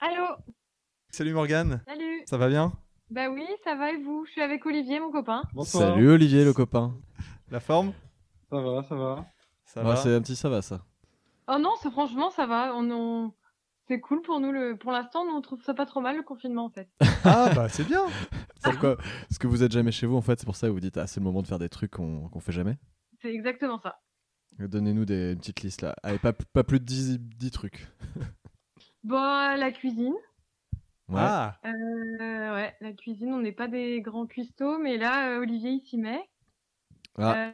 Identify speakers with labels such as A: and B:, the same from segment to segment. A: Allô
B: Salut Morgane,
A: Salut
B: ça va bien
A: Bah oui, ça va et vous Je suis avec Olivier, mon copain.
C: Bonsoir. Salut Olivier le copain.
B: La forme
D: Ça va, ça va.
B: Ça
C: Ouais,
B: va
C: c'est un petit ça va ça.
A: Oh non, c'est franchement, ça va. On, on- C'est cool pour nous. Le... Pour l'instant, nous, on trouve ça pas trop mal, le confinement, en fait.
B: Ah bah c'est bien
C: Pourquoi Parce que vous êtes jamais chez vous en fait, c'est pour ça que vous dites ah c'est le moment de faire des trucs qu'on qu'on fait jamais.
A: C'est exactement ça.
C: Donnez-nous des une petite liste là. Allez, pas, pas plus de 10, 10 trucs.
A: Bon, euh, la cuisine.
C: Ouais.
B: Ah
A: Euh, ouais, la cuisine, on n'est pas des grands cuistots, mais là, euh, Olivier, il s'y met. Euh,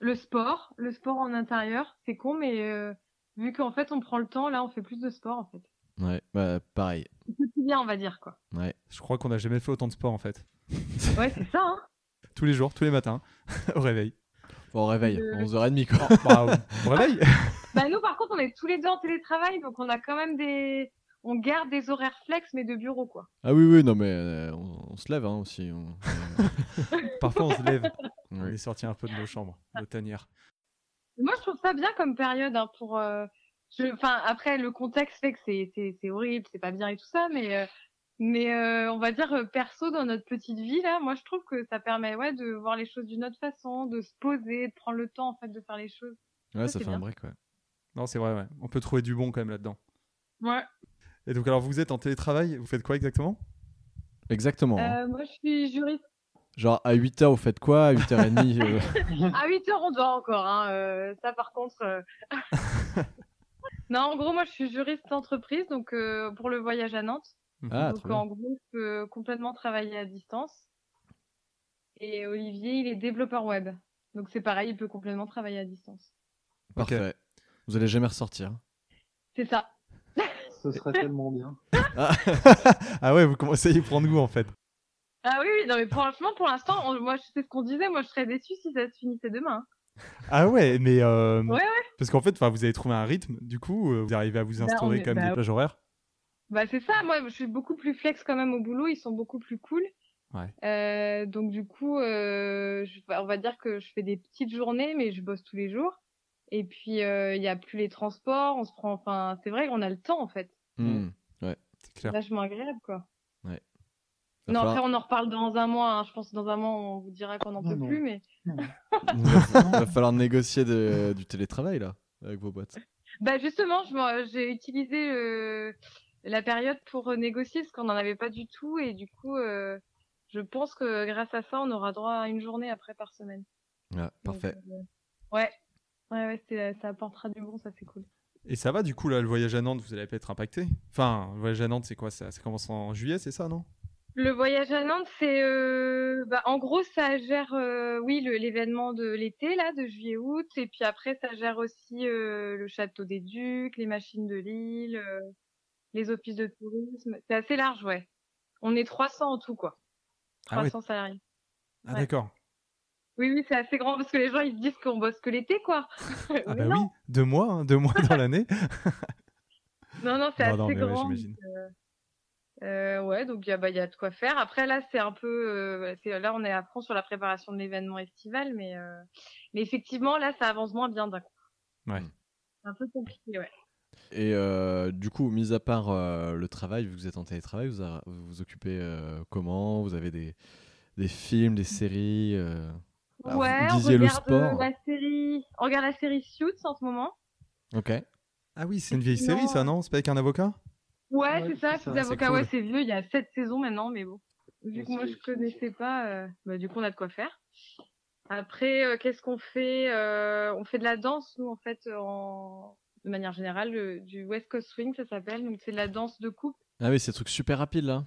A: le sport, le sport en intérieur, c'est con, mais euh, vu qu'en fait, on prend le temps, là, on fait plus de sport, en fait.
C: Ouais, bah, pareil.
A: Au quotidien, on va dire, quoi.
B: Je crois qu'on n'a jamais fait autant de sport en fait.
A: Ouais, c'est ça, hein.
B: Tous les jours, tous les matins, au réveil.
C: Bon, on réveille,
A: Euh,
C: 11h30 quoi.
B: Oh, bah, au- au réveil
A: Bah nous, par contre, on est tous les deux en télétravail, donc on a quand même des... On garde des horaires flex, mais de bureau, quoi.
C: Ah oui oui, non mais euh, on, on se lève hein, aussi. on-
B: Parfois on se lève, on
C: Ouais.
B: est sorti un peu de nos chambres, de nos tanières.
A: Moi, je trouve ça bien comme période, hein, pour... euh, Je... Enfin, après, le contexte fait que c'est, c'est, c'est horrible, c'est pas bien et tout ça, mais... euh, Mais euh, on va dire euh, perso dans notre petite vie là, moi je trouve que ça permet ouais de voir les choses d'une autre façon, de se poser, de prendre le temps en fait de faire les choses.
C: Ouais, ça
A: c'est
C: fait
A: bien.
C: un break ouais.
B: Non c'est vrai, ouais. on peut trouver du bon quand même là-dedans.
A: Ouais.
B: Et donc alors vous êtes en télétravail, vous faites quoi exactement
C: Exactement. hein.
A: Euh, moi je suis juriste.
C: Genre à 8h vous faites quoi À 8h30 euh,
A: À 8 heures, on dort encore. Hein. euh, ça, par contre. euh. non, en gros, moi, je suis juriste d'entreprise, donc euh, pour le voyage à Nantes.
B: Mhm.
C: Ah,
A: donc,
C: trop
A: en
C: bien.
A: gros, je peux complètement travailler à distance. Et Olivier, il est développeur web. Donc, c'est pareil, il peut complètement travailler à distance.
C: Parfait. Vous allez jamais ressortir. hein.
A: C'est ça.
D: Ce serait tellement bien.
B: Ah ouais, vous commencez à y prendre goût en fait.
A: Ah oui, oui, non, mais franchement, pour l'instant, on- moi, je sais ce qu'on disait. Moi, je serais déçue si ça se finissait demain. hein.
B: Ah ouais, mais... euh,
A: Ouais, ouais.
B: Parce qu'en fait, enfin, vous avez trouvé un rythme, du coup, euh, vous arrivez à vous
A: Bah,
B: instaurer
A: on est-
B: comme
A: bah,
B: des plages horaires.
A: Bah c'est ça, moi je suis beaucoup plus flex quand même au boulot, ils sont beaucoup plus cool.
B: Ouais.
A: Euh, donc du coup, euh, je- on va dire que je fais des petites journées, mais je bosse tous les jours. Et puis euh, il y a plus les transports, on se prend, enfin c'est vrai qu'on a le temps en fait,
C: Hmm.
B: C'est clair.
A: vachement agréable quoi.
C: Va
A: non
C: falloir-
A: après on en reparle dans un mois, hein. je pense que dans un mois on vous dira qu'on n'en
D: Non,
A: peut
D: non.
A: plus, mais
C: va falloir négocier de- du télétravail là avec vos boîtes.
A: bah justement je m'en- j'ai utilisé euh, la période pour euh, négocier parce qu'on n'en avait pas du tout et du coup euh, je pense que grâce à ça on aura droit à une journée après par semaine.
C: Ah, parfait.
A: Donc, euh, ouais. Ouais, ouais, c'est- ça apportera du bon, ça c'est cool.
B: Et ça va du coup là, le voyage à Nantes, vous allez pas être impacté. Enfin, le voyage à Nantes, c'est quoi ça, ça commence en juillet, c'est ça, non
A: Le voyage à Nantes, c'est euh, bah, en gros ça gère euh, oui le- l'événement de l'été là de juillet-août et puis après ça gère aussi euh, le château des Ducs, les machines de Lille, euh, les offices de tourisme. C'est assez large, ouais. On est 300 en tout quoi.
B: Ah ouais.
A: 300 salariés.
B: Ah
A: Ouais.
B: d'accord.
A: Oui oui, c'est assez grand parce que les gens ils se disent qu'on bosse que l'été quoi. Mais
B: Ah bah
A: non.
B: oui, deux mois, hein, deux mois dans l'année.
A: Non non, c'est
B: Non,
A: assez
B: non, mais ouais,
A: grand.
B: j'imagine.
A: Euh, ouais, donc il y, a- bah, y a de quoi faire. Après, là, c'est un peu. euh, c'est- là, on est à fond sur la préparation de l'événement estival, mais, euh, mais effectivement, là, ça avance moins bien d'un coup.
B: Ouais.
A: C'est un peu compliqué, ouais.
C: Et euh, du coup, mis à part euh, le travail, vu que vous êtes en télétravail, vous a- vous, vous occupez euh, comment Vous avez des, des films, des séries euh, Ah, vous
A: ouais, on
C: disiez le
A: regarde euh,
C: sport.
A: la série. On regarde la série Suits en ce moment.
C: Ok.
B: Ah oui, c'est une vieille
A: Sinon,
B: série, ça,
A: euh,
B: non C'est pas avec un avocat
A: Ouais,
D: Ouais,
A: c'est
D: c'est
A: ça.
D: ça,
A: Petits
D: c'est
A: avocats,
B: cool.
A: ouais, c'est vieux. Il y a sept saisons maintenant, mais bon. Vu
D: Ouais,
A: que moi,
D: c'est-
A: je connaissais pas, euh, bah, du coup, on a de quoi faire. Après, euh, qu'est-ce qu'on fait Euh, On fait de la danse, nous, en fait, euh, en... de manière générale, le- du West Coast Swing, ça s'appelle. Donc, c'est de la danse de couple.
C: Ah oui, c'est des trucs super rapides là.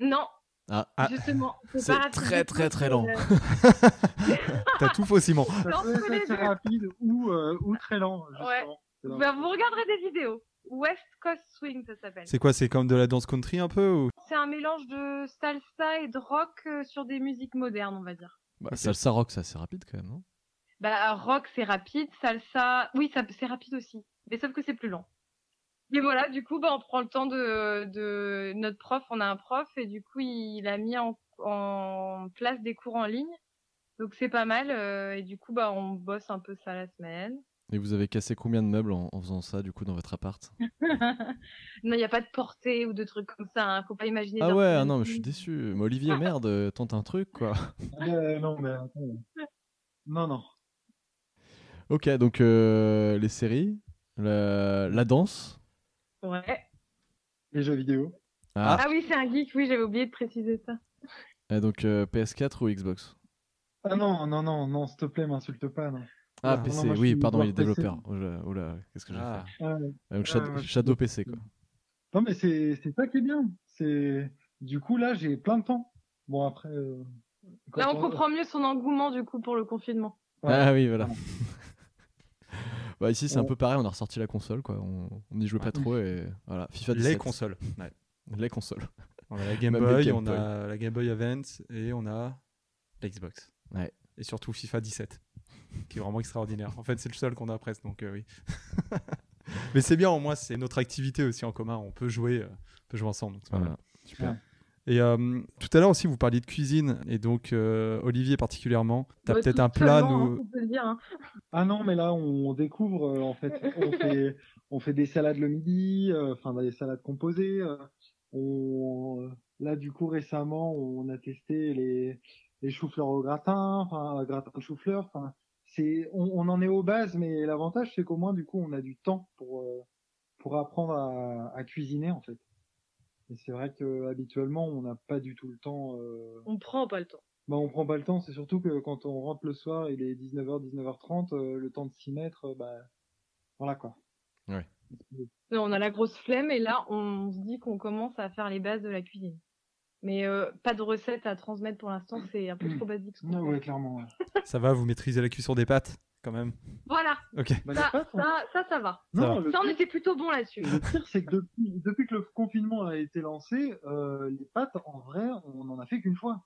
A: Non,
C: Ah,
B: Ah,
A: justement.
C: c'est
A: pas rapide
C: très,
A: du
C: très,
A: tout,
C: très
A: c'est,
C: lent.
A: euh,
B: T'as tout faux, Simon.
D: Ça
A: Non,
D: peut
A: tous les
D: être assez
A: deux.
D: rapide ou, euh, ou très lent, justement.
A: Ouais.
D: C'est là.
A: bah, vous regarderez des vidéos. West Coast Swing, ça s'appelle.
B: C'est quoi C'est comme de la danse country un peu ou...
A: C'est un mélange de salsa et de rock euh, sur des musiques modernes, on va dire.
C: bah,
B: Ok.
C: Salsa rock, c'est assez rapide quand même, non
A: Bah, rock, c'est rapide. Salsa, oui, ça, c'est rapide aussi. Mais sauf que c'est plus lent. Et voilà, du coup, bah, on prend le temps de, de notre prof. On a un prof et du coup, il, a mis en, en place des cours en ligne. Donc, c'est pas mal. euh, et du coup, bah, on bosse un peu ça la semaine.
C: Et vous avez cassé combien de meubles en, en faisant ça, du coup, dans votre appart
A: non, il n'y a pas de portée ou de trucs comme ça. Hein. Faut pas imaginer.
C: Ah
A: d'un
C: ouais,
A: seul
C: ah non, mais je
A: coup.
C: suis déçu. Mais Olivier, merde, euh, tente un truc, quoi.
D: Euh, non, mais attends. Non, non.
C: Ok, donc euh, les séries, la, la danse.
A: Ouais.
D: Les jeux vidéo.
C: Ah,
A: Ah oui, c'est un geek. Oui, j'avais oublié de préciser ça.
C: et donc euh, PS4 ou Xbox
D: Ah non, non, non, non, s'il te plaît, m'insulte pas. Non.
C: Ah,
D: Non,
C: PC,
D: non, moi, je
C: oui,
D: suis
C: pardon, il est
D: joueur PC.
C: développeur. Oh là, oh là, qu'est-ce que j'ai
B: Ah.
C: fait
D: Ah ouais.
C: Ah, donc
D: Ouais,
C: Shadow,
D: ouais, je-
C: Shadow PC, quoi.
D: Non, mais c'est c'est ça qui est bien. C'est du coup là, j'ai plein de temps. Bon après. euh, quand
A: Là, on comprend mieux son engouement du coup pour le confinement.
D: Ouais.
C: Ah oui, voilà.
D: Ouais.
C: bah, ici, c'est un
D: Ouais.
C: peu pareil, on a ressorti la console, quoi. On on n'y jouait pas
B: Ouais.
C: trop et voilà, FIFA 17.
B: Les consoles. Ouais.
C: Les consoles.
B: On a la Game
C: Même les
B: Boy,
C: Game
B: on
C: Boy.
B: a la Game Boy Advance et on a la Xbox.
C: Ouais.
B: Et surtout FIFA 17, qui est vraiment extraordinaire. En fait, c'est le seul qu'on a presque, donc euh, oui. Mais c'est bien, au moins, c'est notre activité aussi en commun. On peut jouer, euh, on peut jouer ensemble. donc c'est pas
C: Voilà.
B: mal.
C: Super.
D: Ouais.
B: Et euh, tout à l'heure aussi, vous parliez de cuisine, et donc euh, Olivier particulièrement, t'as
A: Euh,
B: peut-être
A: tout
B: un plat,
A: seulement, hein,
B: nous.
A: on peut le dire, hein.
D: Ah non, mais là, on découvre, euh, en fait, on fait, on fait des salades le midi, euh, enfin des salades composées. euh, on, là, du coup, récemment, on a testé les, les choux-fleurs au gratin, enfin, euh, gratin de choux-fleurs. Enfin, c'est, on, on en est aux bases, mais l'avantage, c'est qu'au moins, du coup, on a du temps pour, euh, pour apprendre à, à cuisiner, en fait. Et c'est vrai que habituellement, on n'a pas du tout le temps. euh,
A: On prend pas le temps.
D: bah, on prend pas le temps, c'est surtout que quand on rentre le soir, il est 19h, 19h30, euh, le temps de s'y mettre, euh, bah, voilà quoi.
C: Ouais.
A: Non, on a la grosse flemme et là, on se dit qu'on commence à faire les bases de la cuisine. Mais euh, pas de recette à transmettre pour l'instant, c'est un peu trop basique. ce qu'on
D: Non,
A: fait.
D: Ah ouais, clairement. ouais.
B: Ça va, vous maîtrisez la cuisson des pâtes, quand même.
A: Voilà,
B: Ok.
D: Bah, les
A: ça,
D: pâtes, on-
A: ça, ça, ça va.
D: Non, Ah, le
A: Ça, on
D: pire,
A: était plutôt bon là-dessus.
D: le pire, c'est que depuis, depuis que le confinement a été lancé, euh, les pâtes, en vrai, on en a fait qu'une fois.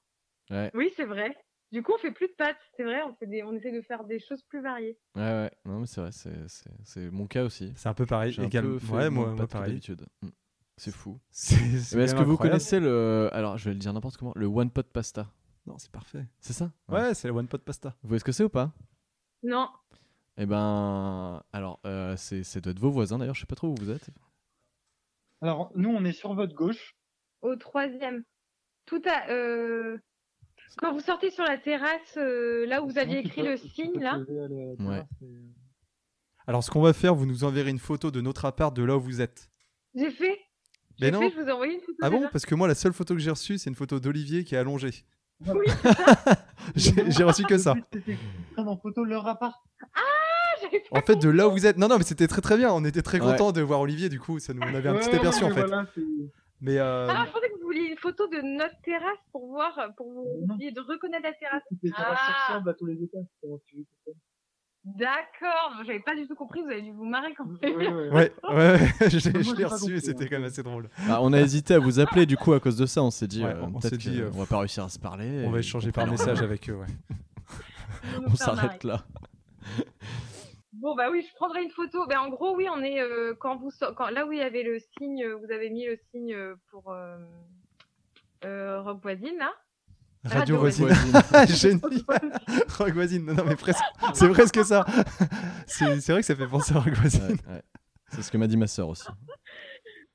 A: Oui, c'est vrai. Du coup, on fait plus de pâtes, c'est vrai. On fait des, on essaie de faire des choses plus variées.
C: Ouais, ouais, non, mais c'est vrai, c'est- c'est c'est mon cas aussi.
B: C'est un peu pareil.
C: J'ai un
B: également.
C: peu fait
B: ouais,
C: le
B: moi,
C: même
B: moi,
C: pas que
B: pareil.
C: d'habitude. Mm. C'est fou.
B: C'est- c'est
C: Mais est-ce que
B: quand même
C: vous
B: incroyable.
C: connaissez le. Alors, je vais le dire n'importe comment, le One Pot Pasta
B: Non, c'est parfait.
C: C'est ça
B: Ouais, c'est la One Pot Pasta.
C: Vous voyez ce que c'est ou pas
A: Non,
C: Eh ben. Alors, euh, c'est ça doit être vos voisins d'ailleurs, je sais pas trop où vous êtes.
D: Alors, nous, on est sur votre gauche.
A: au troisième. Tout à. euh, Quand vous sortez sur la terrasse, euh, là où vous aviez
D: Sinon, tu
A: écrit
D: peux-
A: le
D: tu peux
A: signe,
D: te
A: là.
D: lever, aller à la terrasse et-
B: Alors, ce qu'on va faire, vous nous enverrez une photo de notre appart de là où vous êtes.
A: J'ai fait.
B: Mais
A: J'ai
B: non.
A: fait, je vous ai envoyé une photo.
B: Ah bon
A: déjà.
B: Parce que moi, la seule photo que j'ai reçue, c'est une photo d'Olivier qui est allongé.
A: Oui.
B: j'ai j'ai reçu que ça.
D: Le but, euh, c'était qu'ils prennent en photo leur appart.
A: Ah, j'avais pas
B: En fait, de là où vous êtes. Non, non, mais c'était très très bien. On était très
C: Ouais.
B: contents de voir Olivier, du coup, ça nous on avait un
D: Ouais,
B: petit
D: ouais,
B: aperçu en
D: mais
B: fait.
D: voilà, c'est-
B: Mais euh,
A: Ah, je pensais que vous vouliez une photo de notre terrasse pour voir, pour vous
D: Non.
A: essayer de reconnaître la terrasse.
D: Des terrasses
A: Ah.
D: se ressemblent à tous les étages. Comment tu veux que ça
A: D'accord, moi, j'avais pas du tout compris, vous avez dû vous marrer quand
D: Ouais, ouais, ouais.
B: ouais, ouais, je l'ai-
D: Moi,
B: je
D: j'ai
B: l'ai
D: pas
B: reçu et
D: compris,
B: c'était
D: hein.
B: quand même assez drôle.
C: Ah, on a hésité à vous appeler du coup à cause de ça, on s'est dit,
B: Ouais,
C: euh,
B: on- on
C: peut-être
B: s'est dit,
C: que-
B: euh,
C: on va pas réussir à se parler.
B: On va
C: et-
B: échanger par message avec eux. Ouais.
A: même.
C: On s'arrête là.
A: Bon bah oui, je prendrai une photo. Ben en gros oui, on est euh, quand vous so- quand là où il y avait le signe, euh, vous avez mis le signe euh, pour euh, euh, Rock voisine là.
B: Radio
A: Radio
D: Ah,
B: voisine. Ah, Génie. Rock voisine. Non, non, mais presque. C'est presque ça. C'est c'est vrai que ça fait penser à Rock voisine.
C: Ouais, ouais. C'est ce que m'a dit ma sœur aussi.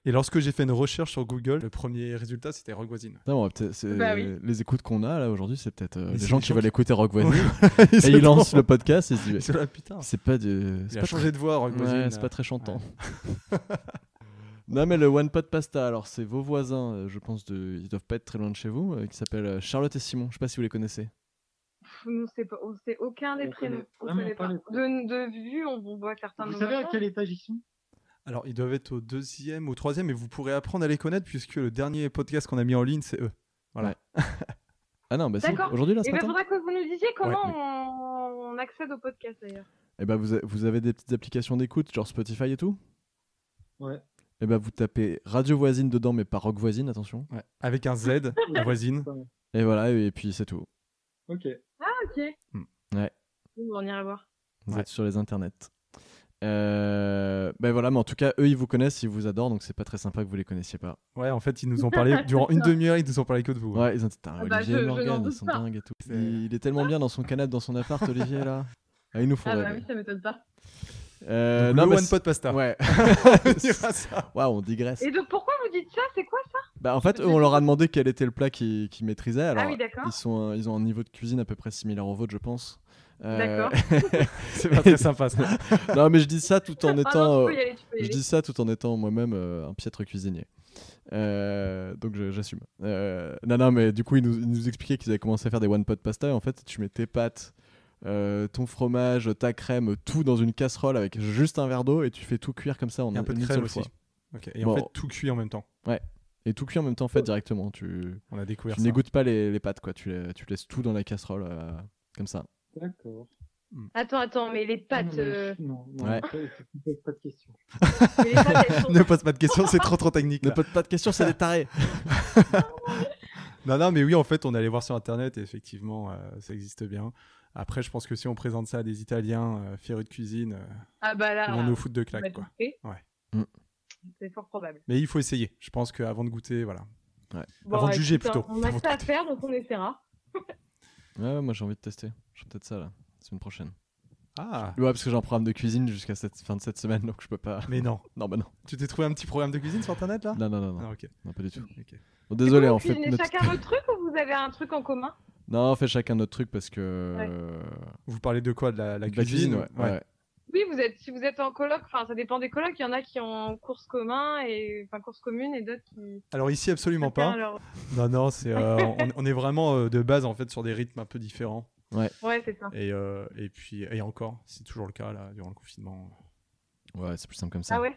B: Et lorsque j'ai fait une recherche sur Google, le premier résultat c'était Rogue Voisine.
C: Non, on va peut-être- c'est-
A: Bah oui.
C: Les écoutes qu'on a là aujourd'hui, c'est peut-être euh,
B: Mais
C: des
B: c'est
C: gens
B: des
C: qui
B: gens
C: veulent
B: qui-
C: écouter Rock Voisine.
B: Ils
C: et
B: se
C: ils lancent
B: trompent.
C: le podcast et ils
B: Ils sont
C: se disent,
B: là, putain.
C: c'est pas du.
B: Il
C: C'est
B: a
C: pas
B: changé de voix, Rogue
C: très... ouais,
B: Voisine. euh.
C: c'est pas très chantant. Non, mais le One Pot Pasta, alors c'est vos voisins, euh, je pense, de... ils doivent pas être très loin de chez vous, euh, qui s'appellent euh, Charlotte et Simon. Je sais pas si vous les connaissez.
A: Pff, Nous c'est pas, on sait aucun des
D: On
A: prénoms.
D: connaît
A: On
D: vraiment
A: connaît
D: pas
A: pas.
D: les
A: De, de vue, on, on voit certains. de
D: Vous
A: nos
D: savez à
A: voisins.
D: quel étage ils sont
B: Alors, ils doivent être au deuxième, au troisième, et vous pourrez apprendre à les connaître puisque le dernier podcast qu'on a mis en ligne, c'est eux.
C: Ah non, bah si,
A: D'accord.
C: aujourd'hui là, ce
A: Et ben
C: matin
A: faudra que vous nous disiez comment
C: Ouais,
A: on, on accède au podcast d'ailleurs.
C: Eh ben, vous, a- vous avez des petites applications d'écoute, genre Spotify et tout
D: Ouais.
C: Eh ben, vous tapez Radio Voisine dedans, mais pas Rock Voisine, attention.
B: Avec un Z, voisine.
C: Et voilà, et puis c'est tout.
D: Ok.
A: Ok.
C: Hmm. Ouais.
A: Bon, on ira voir.
C: Vous
B: Ouais.
C: êtes sur les internets. Euh, ben voilà, mais en tout cas, eux, ils vous connaissent, ils vous adorent, donc c'est pas très sympa que vous les connaissiez pas.
B: Ouais, en fait, ils nous ont parlé durant une demi-heure, ils nous ont parlé que de vous.
C: Ouais, ils ont dit, Putain,
A: Ah bah,
C: Olivier
A: je- je n'en
C: Morgan, ils
A: doute
C: sont
A: pas.
C: dingues et tout.
B: C'est-
C: Il, il est tellement bien dans son canapé, dans son appart, Olivier, là. Ah, il nous faut
A: Ah bah
C: rêver.
A: oui, ça m'étonne pas.
C: Euh,
B: Donc,
C: non,
B: le
C: bah,
B: one pot pasta.
C: Ouais.
B: On dira ça.
C: Waouh, on digresse.
A: Et donc pourquoi vous dites ça C'est quoi ça
C: Bah, en fait, eux, on leur a demandé quel était le plat qu'ils qu'ils maîtrisaient. Alors,
A: Ah oui, d'accord.
C: ils, sont, un- ils ont un niveau de cuisine à peu près similaire au vôtre, je pense. Euh,
A: D'accord.
B: C'est pas très sympa ça.
C: non, mais je dis ça tout en
A: Ah non, tu
C: étant.
A: peux
C: euh,
A: y aller, tu peux y
C: Je
A: aller.
C: dis ça tout en étant moi-même euh, un piètre cuisinier. Euh, donc je- j'assume. Euh, non, non, mais du coup, ils nous, ils nous expliquaient qu'ils avaient commencé à faire des one pot pasta. Et en fait, tu mets tes pâtes, euh, ton fromage, ta crème, tout dans une casserole avec juste un verre d'eau et tu fais tout cuire comme ça en
B: Il y a un peu
C: une
B: de
C: seule
B: crème aussi.
C: fois.
B: Ok, Et
C: Bon.
B: en fait, tout cuit en même temps.
C: Et tout cuit en même temps, en fait,
A: Oh.
C: directement. Tu,
B: On a découvert
C: tu
B: ça.
C: n'égouttes pas les, les pâtes, quoi. Tu, les- tu laisses tout dans la casserole, euh, comme ça.
D: D'accord. Ah
A: Attends, attends, mais les pâtes, euh,
D: Non, non,
C: Ouais.
D: ça, ça ne pose pas de question.
A: mais les pâtes, elles sont-
B: Ne pose pas de questions, c'est trop trop technique.
C: Ne
B: là.
C: pose pas de questions, c'est des tarés.
B: Non, non, mais oui, en fait, on allait voir sur internet et effectivement, euh, ça existe bien. Après, je pense que si on présente ça à des Italiens euh, férus de cuisine, euh,
A: Ah bah là,
B: ils vont nous foutre de
A: on va
B: claques. Quoi.
A: goûter.
B: Ouais.
C: Mm.
A: C'est fort probable.
B: Mais il faut essayer. Je pense qu'avant de goûter, voilà.
A: Bon,
B: Avant de
A: écoute,
B: juger,
A: hein,
B: plutôt.
A: On a
B: Avant de
A: ça à
B: goûter.
A: faire, donc on essaiera.
C: Ouais, moi j'ai envie de tester. Je fais peut-être ça, là, la semaine prochaine.
B: Ah,
C: Ouais, parce que j'ai un programme de cuisine jusqu'à cette fin de cette semaine, donc je peux pas.
B: mais non.
C: Non, bah non.
B: Tu t'es trouvé un petit programme de cuisine sur internet là
C: Non, non, non, non,
B: Ah, ok.
C: non, pas du tout.
B: Ok.
C: Bon, désolé,
A: Vous
C: on fait,
A: cuisinez
C: notre...
A: chacun votre truc ou vous avez un truc en commun
C: non, on fait chacun notre truc parce que. euh,
B: Vous parlez de quoi De la, la
C: de la
B: cuisine,
C: ouais. ouais.
A: Oui, vous êtes, si vous êtes en coloc, enfin, ça dépend des colocs. Il y en a qui ont course commun et, enfin, course commune et d'autres qui.
B: Alors ici, absolument
A: chacun
B: pas.
A: leur-
B: Non, non, c'est, euh, on, on est vraiment euh, de base en fait sur des rythmes un peu différents.
A: Ouais, c'est ça.
B: Et, euh, et puis, et encore, c'est toujours le cas là, durant le confinement.
C: Ouais, c'est plus simple comme ça.
A: Ah ouais.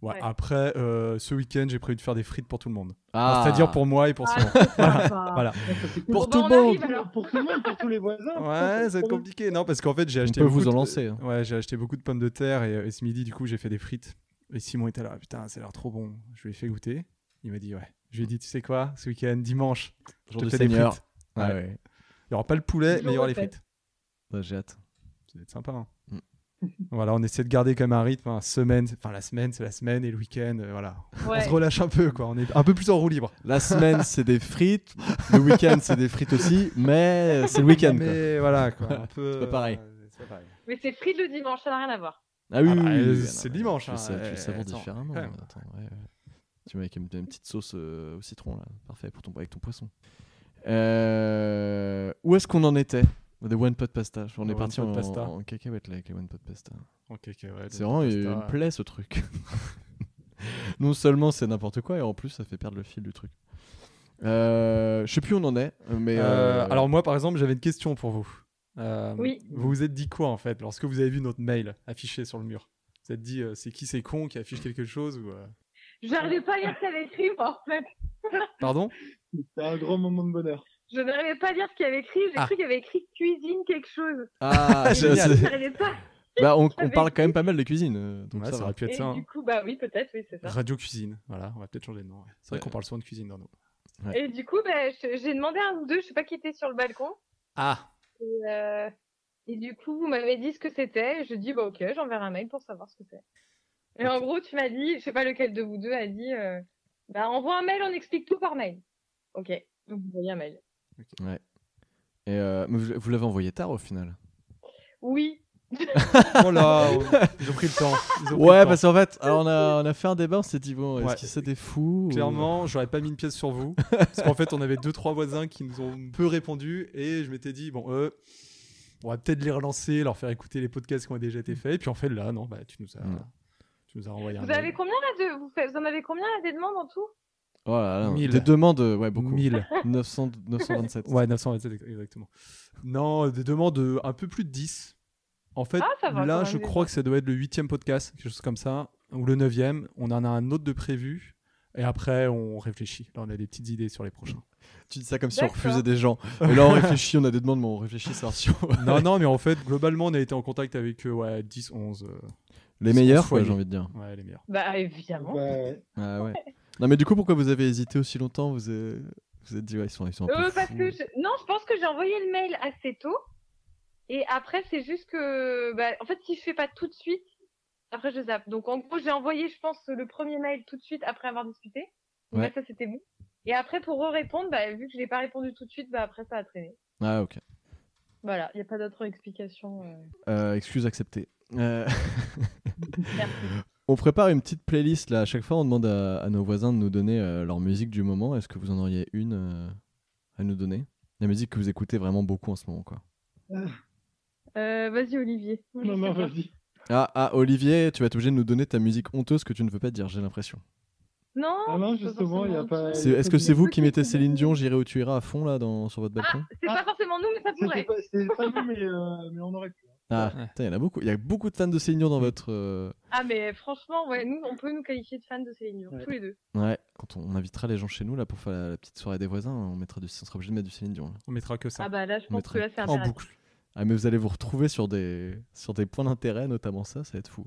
B: Ouais,
A: Ouais.
B: après, euh, ce week-end, j'ai prévu de faire des frites pour tout le monde.
C: Ah,
B: C'est-à-dire pour moi et pour
A: Ah,
B: Simon.
A: c'est sympa.
B: Voilà.
D: Ah, Ça, c'est cool.
C: Pour
A: Bah, Bon,
C: tout
A: bah,
C: le
A: on
C: monde.
A: arrive alors.
D: pour tout le monde, pour tous les voisins.
B: Ouais, ça va être compliqué. Non, parce qu'en fait, j'ai
C: On
B: acheté.
C: peut vous
B: beaucoup
C: en
B: de-
C: lancer. hein.
B: Ouais, j'ai acheté beaucoup de pommes de terre et, et ce midi, du coup, j'ai fait des frites. Et Simon était là, putain, ça a l'air trop bon. Je lui ai fait goûter. Il m'a dit, ouais. Je lui ai dit, tu sais quoi, ce week-end, dimanche, je
C: Jour
B: te
C: du
B: fais des
C: Seigneur.
B: frites.
C: Ah
B: Ouais.
C: ouais.
B: Il n'y aura pas le poulet,
A: Toujours
B: mais il y aura les
A: refait.
B: frites.
C: Ouais, Bah, j'ai hâte.
B: Ça va être sympa. hein.
C: Mm.
B: voilà, on essaie de garder quand même un rythme. hein. Semaine, enfin la semaine, c'est la semaine et le week-end. euh, voilà, on
A: Ouais.
B: se relâche un peu, quoi. On est un peu plus en roue libre.
C: La semaine, c'est des frites. Le week-end, c'est des frites aussi. Mais c'est le week-end, quoi.
B: mais voilà, quoi. un peu,
C: C'est pas pareil.
B: euh, c'est pas pareil.
A: Mais c'est frites le dimanche, ça n'a rien à voir.
C: Ah oui,
B: Ah
C: oui,
B: bah,
C: oui,
B: euh,
C: oui, oui,
B: c'est
C: non,
B: dimanche,
C: Tu
B: hein,
C: le, sa- tu le
B: euh,
C: savores
B: attends,
C: différemment.
B: quand même.
C: Attends, ouais, ouais. Tu mets avec une, une petite sauce euh, au citron, là. Parfait pour ton, avec ton poisson. Euh, où est-ce qu'on en était Des one pot pasta. On
B: Des
C: est
B: one
C: parti
B: pot
C: en,
B: pasta.
C: en cacahuète là, avec les one pot pasta.
B: Ok, ok, ouais,
C: C'est vraiment il me
B: pasta.
C: plaît ce truc. non seulement c'est n'importe quoi et en plus ça fait perdre le fil du truc. Euh, je sais plus où on en est, mais
B: Euh,
C: euh,
B: Alors moi, par exemple, j'avais une question pour vous. Euh,
A: Oui.
B: Vous vous êtes dit quoi en fait lorsque vous avez vu notre mail affiché sur le mur Vous êtes dit euh, c'est qui ces cons qui affiche quelque chose ou euh,
A: J'arrivais pas à lire ce qu'il y avait écrit, moi, en fait.
B: Pardon
D: C'est un grand moment de bonheur.
A: Je n'arrivais pas à lire ce qu'il y avait écrit. J'ai
B: Ah.
A: cru qu'il y avait écrit cuisine quelque chose.
C: ah,
A: Et
C: je-
A: du coup,
C: c'est-
A: j'arrivais pas.
C: bah, on, on
A: J'avais
C: parle quand même pas mal de cuisine, euh, donc
B: Ouais,
C: ça
B: ça
C: va.
B: aurait pu être
A: Et
B: ça. hein.
A: du coup, bah oui, peut-être, oui, c'est ça.
B: Radio cuisine. Voilà, on va peut-être changer de nom. ouais. C'est vrai
C: Ouais.
B: qu'on parle souvent de cuisine dans nos.
A: Et du coup, bah, je- j'ai demandé à un ou deux, je sais pas qui était sur le balcon.
B: Ah.
A: Et, euh, et du coup, vous m'avez dit ce que c'était. et Je dis, bah ok, j'enverrai un mail pour savoir ce que c'est. Et en gros, tu m'as dit, je sais pas lequel de vous deux a dit, euh, bah envoie un mail, on explique tout par mail. Ok, donc vous envoyez un mail.
C: Et, euh, mais vous vous l'avez envoyé tard au final.
A: Oui,
B: Oh là, oh, ils ont pris le temps. Ils ont pris
C: Ouais,
B: le temps.
C: parce qu'en fait, alors on, a, on a fait un débat, on s'est dit, bon, est-ce
B: Ouais.
C: que c'est des fous ou-
B: Clairement, j'aurais pas mis une pièce sur vous. parce qu'en fait, on avait deux, trois voisins qui nous ont peu répondu. Et je m'étais dit, bon, eux, on va peut-être les relancer, leur faire écouter les podcasts qui ont déjà été faits. Et puis en fait, là, non, bah, tu nous as,
C: Mm.
B: tu nous as envoyé un
A: vous avez
B: mail.
A: combien là de, vous, faites- vous en avez combien là des demandes en tout
C: Oh là là,
B: Mille.
C: des demandes, euh, ouais, beaucoup.
B: 1000.
C: 900, 927.
B: Ouais, 927 ex- exactement. Non, des demandes euh, un peu plus de 10. En fait,
A: Ah, ça va,
B: là,
A: quand même,
B: je
A: déjà.
B: crois que ça doit être le huitième podcast, quelque chose comme ça, ou le neuvième. On en a un autre de prévu. Et après, on réfléchit. Là, on a des petites idées sur les prochains.
C: Tu dis ça comme si on
A: D'accord.
C: refusait des gens. Et là, on réfléchit, on a des demandes, mais on réfléchit, ça si on-
B: non, non, mais en fait, globalement, on a été en contact avec euh, ouais, 10, 11. euh,
C: Les
B: Ils sont
C: meilleurs, quoi,
B: foyers.
C: j'ai envie de dire.
B: ouais, les meilleurs.
A: Bah évidemment.
D: Bah, ouais.
C: Ah ouais. Non, mais du coup, pourquoi vous avez hésité aussi longtemps Vous avez... vous êtes dit, ouais, ils sont, ils sont un peu
A: Euh, parce
C: fous.
A: que je- non, je pense que j'ai envoyé le mail assez tôt. Et après, c'est juste que, bah, en fait, si je fais pas tout de suite, après je zappe. Donc en gros, j'ai envoyé, je pense, le premier mail tout de suite après avoir discuté. Donc
C: Ouais.
A: là, ça c'était bon. Et après, pour répondre, bah, vu que je n'ai pas répondu tout de suite, bah après ça a traîné.
C: Ah, ok.
A: Voilà, il n'y a pas d'autre explication. euh.
C: Euh, excuse acceptée. Euh, on prépare une petite playlist là. À chaque fois, on demande à, à nos voisins de nous donner euh, leur musique du moment. Est-ce que vous en auriez une euh, à nous donner La musique que vous écoutez vraiment beaucoup en ce moment, quoi.
A: Euh, Vas-y, Olivier. Moi, je
D: Non,
A: sais
D: non,
A: pas.
D: vas-y.
C: Ah, ah, Olivier, tu vas être obligé de nous donner ta musique honteuse que tu ne veux pas dire, j'ai l'impression.
A: Non,
D: Ah non,
A: c'est pas
D: justement, il n'y a
A: forcément-
D: pas.
C: C'est- Est-ce que c'est vous qui mettez Céline Dion, J'irai où tu iras à fond là dans, sur votre balcon
A: C'est
D: Ah.
A: pas forcément nous, mais ça
D: C'était
A: pourrait.
D: pas, c'était pas nous, mais, euh, mais on aurait pu.
C: Ah,
B: Ouais.
C: putain, il y en a beaucoup. Il y a beaucoup de fans de Céline Dion dans votre. euh,
A: Ah, mais franchement, ouais, nous, on peut nous qualifier de fans de Céline Dion,
D: Ouais.
A: tous les deux.
C: Ouais, quand on, on invitera les gens chez nous là pour faire la, la petite soirée des voisins, on mettra du, on sera obligé de mettre du Céline Dion. hein. là.
B: On mettra que ça.
A: Ah bah là, je
C: On
A: pense
C: mettrait
A: que là, c'est
B: en
A: impératif.
B: boucle.
C: Ah, mais vous allez vous retrouver sur des, sur des points d'intérêt, notamment ça, ça va être fou.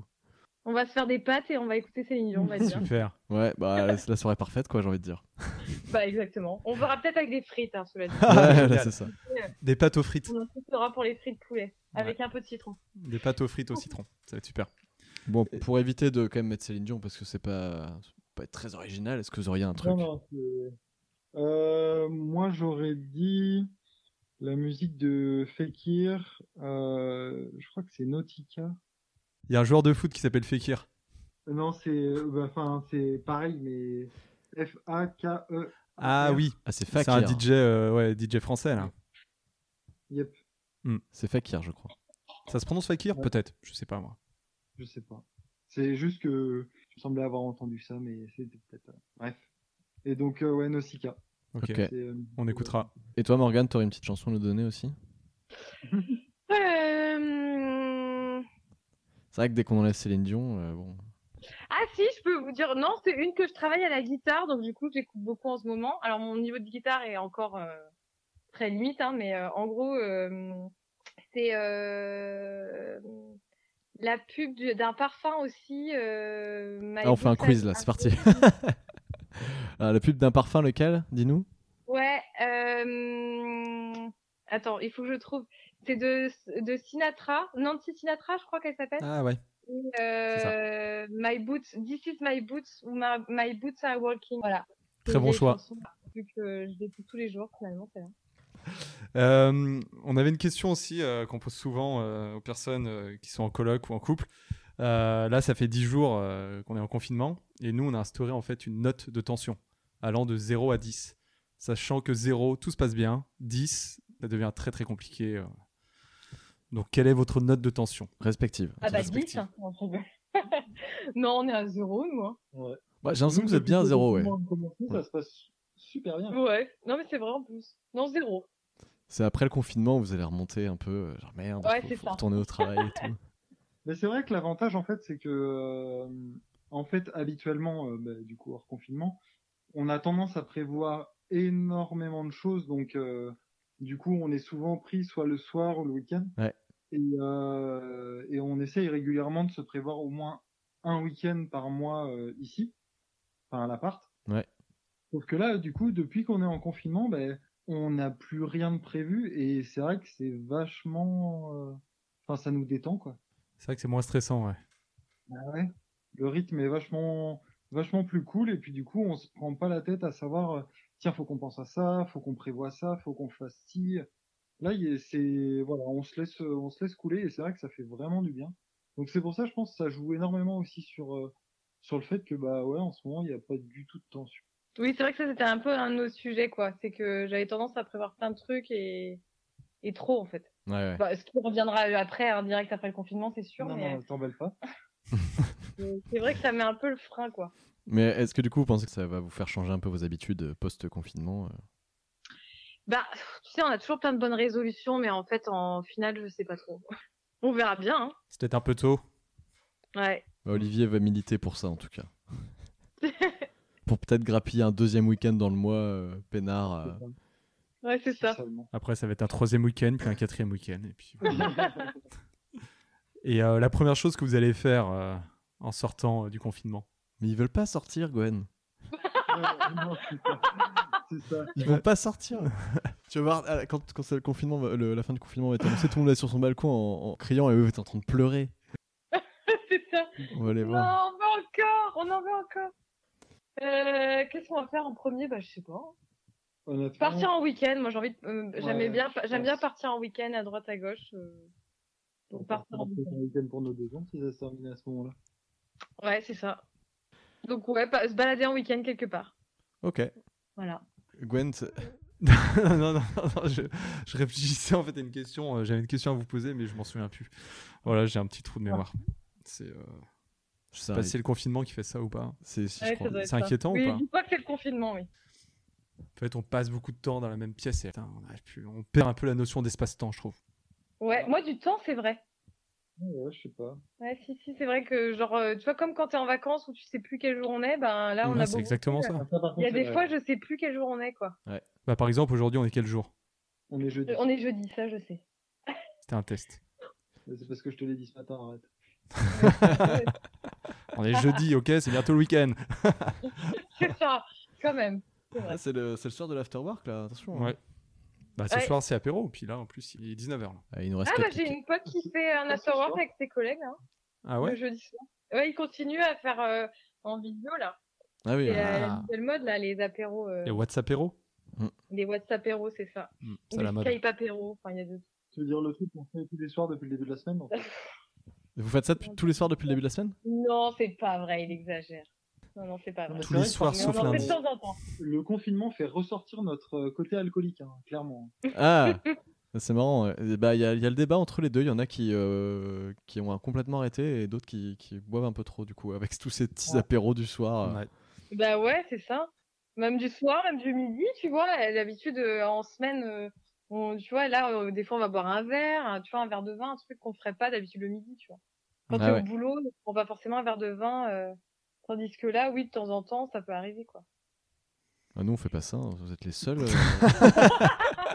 A: On va se faire des pâtes et on va écouter Céline Dion, on va dire.
B: Super.
C: Ouais, bah la, la soirée parfaite, quoi, j'ai envie de dire.
A: bah exactement. On verra peut-être avec des frites, hein, cela dit.
C: Ouais, là,
B: génial.
C: c'est ça.
B: Des pâtes aux frites.
A: On en profitera pour les frites poulet, avec un peu de citron.
B: Des pâtes aux
A: Oh.
B: frites au citron. Ça va être super.
C: Bon, pour éviter de quand même mettre Céline Dion, parce que c'est pas, c'est pas être très original, est-ce que vous auriez un truc
D: Non, non, c'est- Euh, moi, j'aurais dit la musique de Fekir. euh, je crois que c'est Nautica.
B: Il y a un joueur de foot qui s'appelle Fekir.
D: Non, c'est bah, enfin, c'est pareil, mais F-A-K-E.
B: Ah oui,
C: Ah, c'est
B: c'est un
C: Fakir.
B: DJ, euh, ouais, DJ français là.
D: Yep,
C: C'est Fakir, je crois.
B: Ça se prononce Fakir
D: Ouais.
B: Peut-être, je sais pas moi.
D: je sais pas. C'est juste que je me semblais avoir entendu ça, mais c'était peut-être. euh, Bref. Et donc, euh, ouais, Nausica.
B: Ok,
C: Ok.
D: c'est, euh,
B: on écoutera.
C: Et toi, Morgane, t'aurais une petite chanson à nous donner aussi
A: Euh...
C: C'est vrai que dès qu'on enlève Céline Dion, euh, bon.
A: Ah si, je peux vous dire, non, c'est une que je travaille à la guitare, donc du coup, j'écoute beaucoup en ce moment. Alors, mon niveau de guitare est encore euh, très limite, hein, mais euh, en gros, euh, c'est euh, la pub du- d'un parfum aussi. euh, My
C: Ah, on fait un
A: Good
C: quiz
A: Time
C: là, c'est parti.
A: Affair.
C: Ah, la pub d'un parfum, lequel Dis-nous.
A: Ouais, euh... attends, il faut que je trouve. C'est de, de Sinatra, Nancy Sinatra, je crois qu'elle s'appelle.
B: Ah ouais.
A: Euh, my boots, this is my boots ou my, my boots are walking. Voilà. C'est
B: Très
A: une
B: bon
A: vieille
B: choix.
A: chanson, Vu que je l'écoute tous les jours finalement, c'est
B: Euh, on avait une question aussi euh, qu'on pose souvent euh, aux personnes euh, qui sont en coloc ou en couple. Euh, là, ça fait 10 jours euh, qu'on est en confinement et nous, on a instauré en fait une note de tension allant de 0 à 10. Sachant que 0, tout se passe bien. 10, ça devient très très compliqué. euh. Donc, quelle est votre note de tension
C: Respective.
A: Ah bah
B: respective.
A: 10 hein. Non, je rigole. Non, on est à zéro nous. hein.
C: Ouais, Bah, j'ai l'impression que vous êtes
D: Depuis
C: bien à
D: le
C: zéro, ouais.
D: confinement a commencé, Ça se passe super bien.
A: Ouais. Non mais c'est vrai en plus. Non zéro.
C: C'est après le confinement où vous allez remonter un peu, euh, genre merde,
A: Ouais,
C: faut,
A: c'est
C: faut
A: ça.
C: retourner au travail et tout.
D: Mais c'est vrai que l'avantage, en fait, c'est que, euh, en fait, habituellement, euh, bah, du coup, hors confinement, on a tendance à prévoir énormément de choses. Donc, euh, du coup, on est souvent pris soit le soir ou le week-end.
C: Ouais.
D: Et, euh, et on essaye régulièrement de se prévoir au moins un week-end par mois euh, ici, enfin à l'appart.
C: Ouais.
D: Sauf que là, du coup, depuis qu'on est en confinement, ben on n'a plus rien de prévu. Et c'est vrai que c'est vachement. euh, Enfin, ça nous détend, quoi.
B: C'est vrai que c'est moins stressant, ouais.
D: Ah ouais. Le rythme est vachement, vachement plus cool et puis du coup on se prend pas la tête à savoir euh, tiens faut qu'on pense à ça, faut qu'on prévoie ça, faut qu'on fasse ci. Là il y a- c'est voilà on se laisse, euh, on se laisse couler et c'est vrai que ça fait vraiment du bien. Donc c'est pour ça je pense que ça joue énormément aussi sur euh, sur le fait que bah ouais en ce moment il n'y a pas du tout de tension.
A: Oui, c'est vrai que ça c'était un peu un de nos sujets quoi. C'est que j'avais tendance à prévoir plein de trucs et et trop en fait.
C: Ouais, ouais.
A: Bah, ce qui reviendra après, hein, direct après le confinement, c'est sûr.
D: Non
A: mais
D: non t'emballe pas.
A: euh, c'est vrai que ça met un peu le frein quoi.
C: Mais est-ce que du coup, vous pensez que ça va vous faire changer un peu vos habitudes euh, post-confinement euh
A: Bah, pff, tu sais, on a toujours plein de bonnes résolutions, mais en fait, en finale, je sais pas trop. On verra bien. Hein.
B: C'est peut-être un peu tôt.
A: Ouais.
C: Bah, Olivier va militer pour ça en tout cas. pour peut-être grappiller un deuxième week-end dans le mois euh, peinard. euh.
A: Ouais, c'est ça.
D: Seulement.
B: Après, ça va être un troisième week-end, puis un quatrième week-end. Et, puis... et euh, la première chose que vous allez faire euh, en sortant euh, du confinement
C: Mais ils veulent pas sortir, Gwen.
D: Ouais, non, c'est ça. C'est ça.
C: Ils vont pas sortir. tu vas voir, à la- quand, quand c'est le confinement, va- le- la fin du confinement va être annoncée, tout le monde est sur son balcon en, en criant et eux, vous êtes en train de pleurer.
A: c'est ça.
C: On va les
A: Non, on
C: voir.
A: veut encore. On en veut encore. Euh, Qu'est-ce qu'on va faire en premier Bah, je sais pas.
D: Honnêtement,
A: Partir en week-end. Moi, j'ai envie. de- euh, J'aimais
D: Ouais,
A: bien.
D: je
A: J'aime
D: pense.
A: bien partir en week-end à droite à gauche. euh. Donc,
D: part
A: partir en
D: un week-end pour nos deux ans si ça se termine à ce moment-là.
A: Ouais, c'est ça. Donc ouais, pa- se balader en week-end quelque part.
C: Ok.
A: Voilà.
C: Gwen, c'est-
B: non, non, non, non, je, je réfléchissais en fait à une question. euh, J'avais une question à vous poser, mais je m'en souviens plus. Voilà, j'ai un petit trou de mémoire. C'est euh,
C: c'est
B: passer le confinement qui fait ça ou pas hein.
C: c'est si je
A: Ouais,
C: crois.
A: ça doit être
B: C'est
A: ça.
B: inquiétant
A: Oui,
B: ou pas
A: dis pas que c'est le confinement, oui.
B: En fait, on passe beaucoup de temps dans la même pièce et putain, on, arrive plus- on perd un peu la notion d'espace-temps, je trouve.
A: Ouais,
B: Ah.
A: moi du temps, c'est vrai.
D: Ouais, ouais, je sais pas.
A: Ouais, si, si, c'est vrai que genre, euh, tu vois, comme quand t'es en vacances où tu sais plus quel jour on est, ben là, on
B: Ouais,
A: a
B: Mm, c'est
A: beaucoup. euh,
B: exactement ça.
D: Ah, ça, par
A: Il y a
D: contre, c'est
A: des
D: vrai.
A: fois, je sais plus quel jour on est, quoi.
B: Bah, par exemple, aujourd'hui, on est quel jour
D: On est jeudi.
A: Euh, On est jeudi, ça, je sais.
B: C'était un test.
D: C'est parce que je te l'ai dit ce matin, arrête.
B: On est jeudi, ok, c'est bientôt le week-end.
A: c'est ça, quand même.
C: Ah, c'est le, c'est le soir de l'afterwork là, attention. hein.
B: Ouais. Bah, ce
A: Ouais.
B: soir, c'est apéro. Puis là, en plus, il est 19h.
C: Ah, il nous reste
A: Ah, bah
C: quatre-
A: j'ai une pote qui fait
D: Ah,
A: un afterwork avec ses collègues, hein,
B: Ah
A: le
B: ouais
A: jeudi soir. Ouais, ils continuent à faire euh, en vidéo, là.
C: Ah oui,
A: C'est
C: ah,
A: la- la
B: Ah.
A: nouvelle mode, là, les apéros, euh,
B: Et WhatsApp apéro
A: les WhatsApp apéros, c'est ça.
B: Hmm,
A: Ou
B: C'est la
A: les
B: mode.
A: Skype apéros, enfin, il y a deux.
D: Tu veux dire le truc qu'on fait tous les soirs depuis le début de la semaine en fait
C: Vous faites ça depuis- tous les soirs depuis le début de la semaine
A: Non, c'est pas vrai, il exagère. Non, non, c'est pas vrai.
D: Non, mais
B: Tous
D: c'est
B: les
D: vrai que
B: soirs,
D: quand
A: Mais
B: sauf
A: on en fait
B: lundi.
A: de temps en temps.
D: Le confinement fait ressortir notre euh, côté alcoolique, hein, clairement.
C: Ah C'est marrant. ouais. Et bah, Il y, a il y a le débat entre les deux. Il y en a qui, euh, qui ont complètement arrêté et d'autres qui, qui boivent un peu trop, du coup, avec tous ces petits
D: Ouais.
C: apéros du soir. euh.
B: Ouais.
A: Bah ouais, c'est ça. Même du soir, même du midi, tu vois. elle a L'habitude, euh, en semaine, euh, on- tu vois, là, euh, des fois, on va boire un verre, un- tu vois, un verre de vin, un truc qu'on ferait pas d'habitude le midi, tu vois. Quand
C: Ah
A: t'es
C: ouais.
A: au boulot, on va forcément un verre de vin. euh, Tandis que là, oui, de temps en temps, ça peut arriver, quoi.
C: Ah, nous, on fait pas ça. hein. Vous êtes les seuls. euh.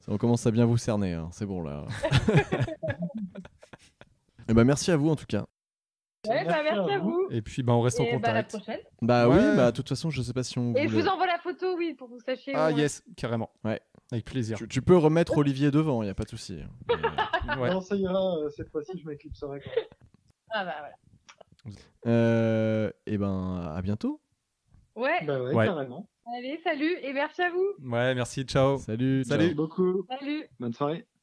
C: Ça, on commence à bien vous cerner. hein. C'est bon, là. et bah, merci à vous, en tout cas.
A: Ouais, bah merci à vous.
B: Et puis, bah, on reste en
A: Et bah, à la
B: contact.
A: prochaine.
C: Bah
B: Ouais.
C: oui, bah de toute façon, je sais pas si on.
A: Et je
C: voulait-
A: vous envoie la photo, oui, pour que vous sachiez. où
B: Ah
A: on est.
B: yes, carrément.
C: Ouais.
B: Avec plaisir.
C: tu, tu peux remettre Olivier devant, il a pas de souci. Mais-
B: Ouais.
D: Non, ça ira, euh, cette fois-ci, je m'éclipserai quand même.
A: Ah bah voilà.
C: Euh, et ben, à bientôt.
A: Ouais,
D: Bah ouais,
B: Ouais.
D: carrément.
A: allez, salut, et merci à vous.
B: Ouais, merci, ciao.
C: Salut.
B: Salut.
D: Merci beaucoup.
A: Salut.
D: euh, Bonne soirée.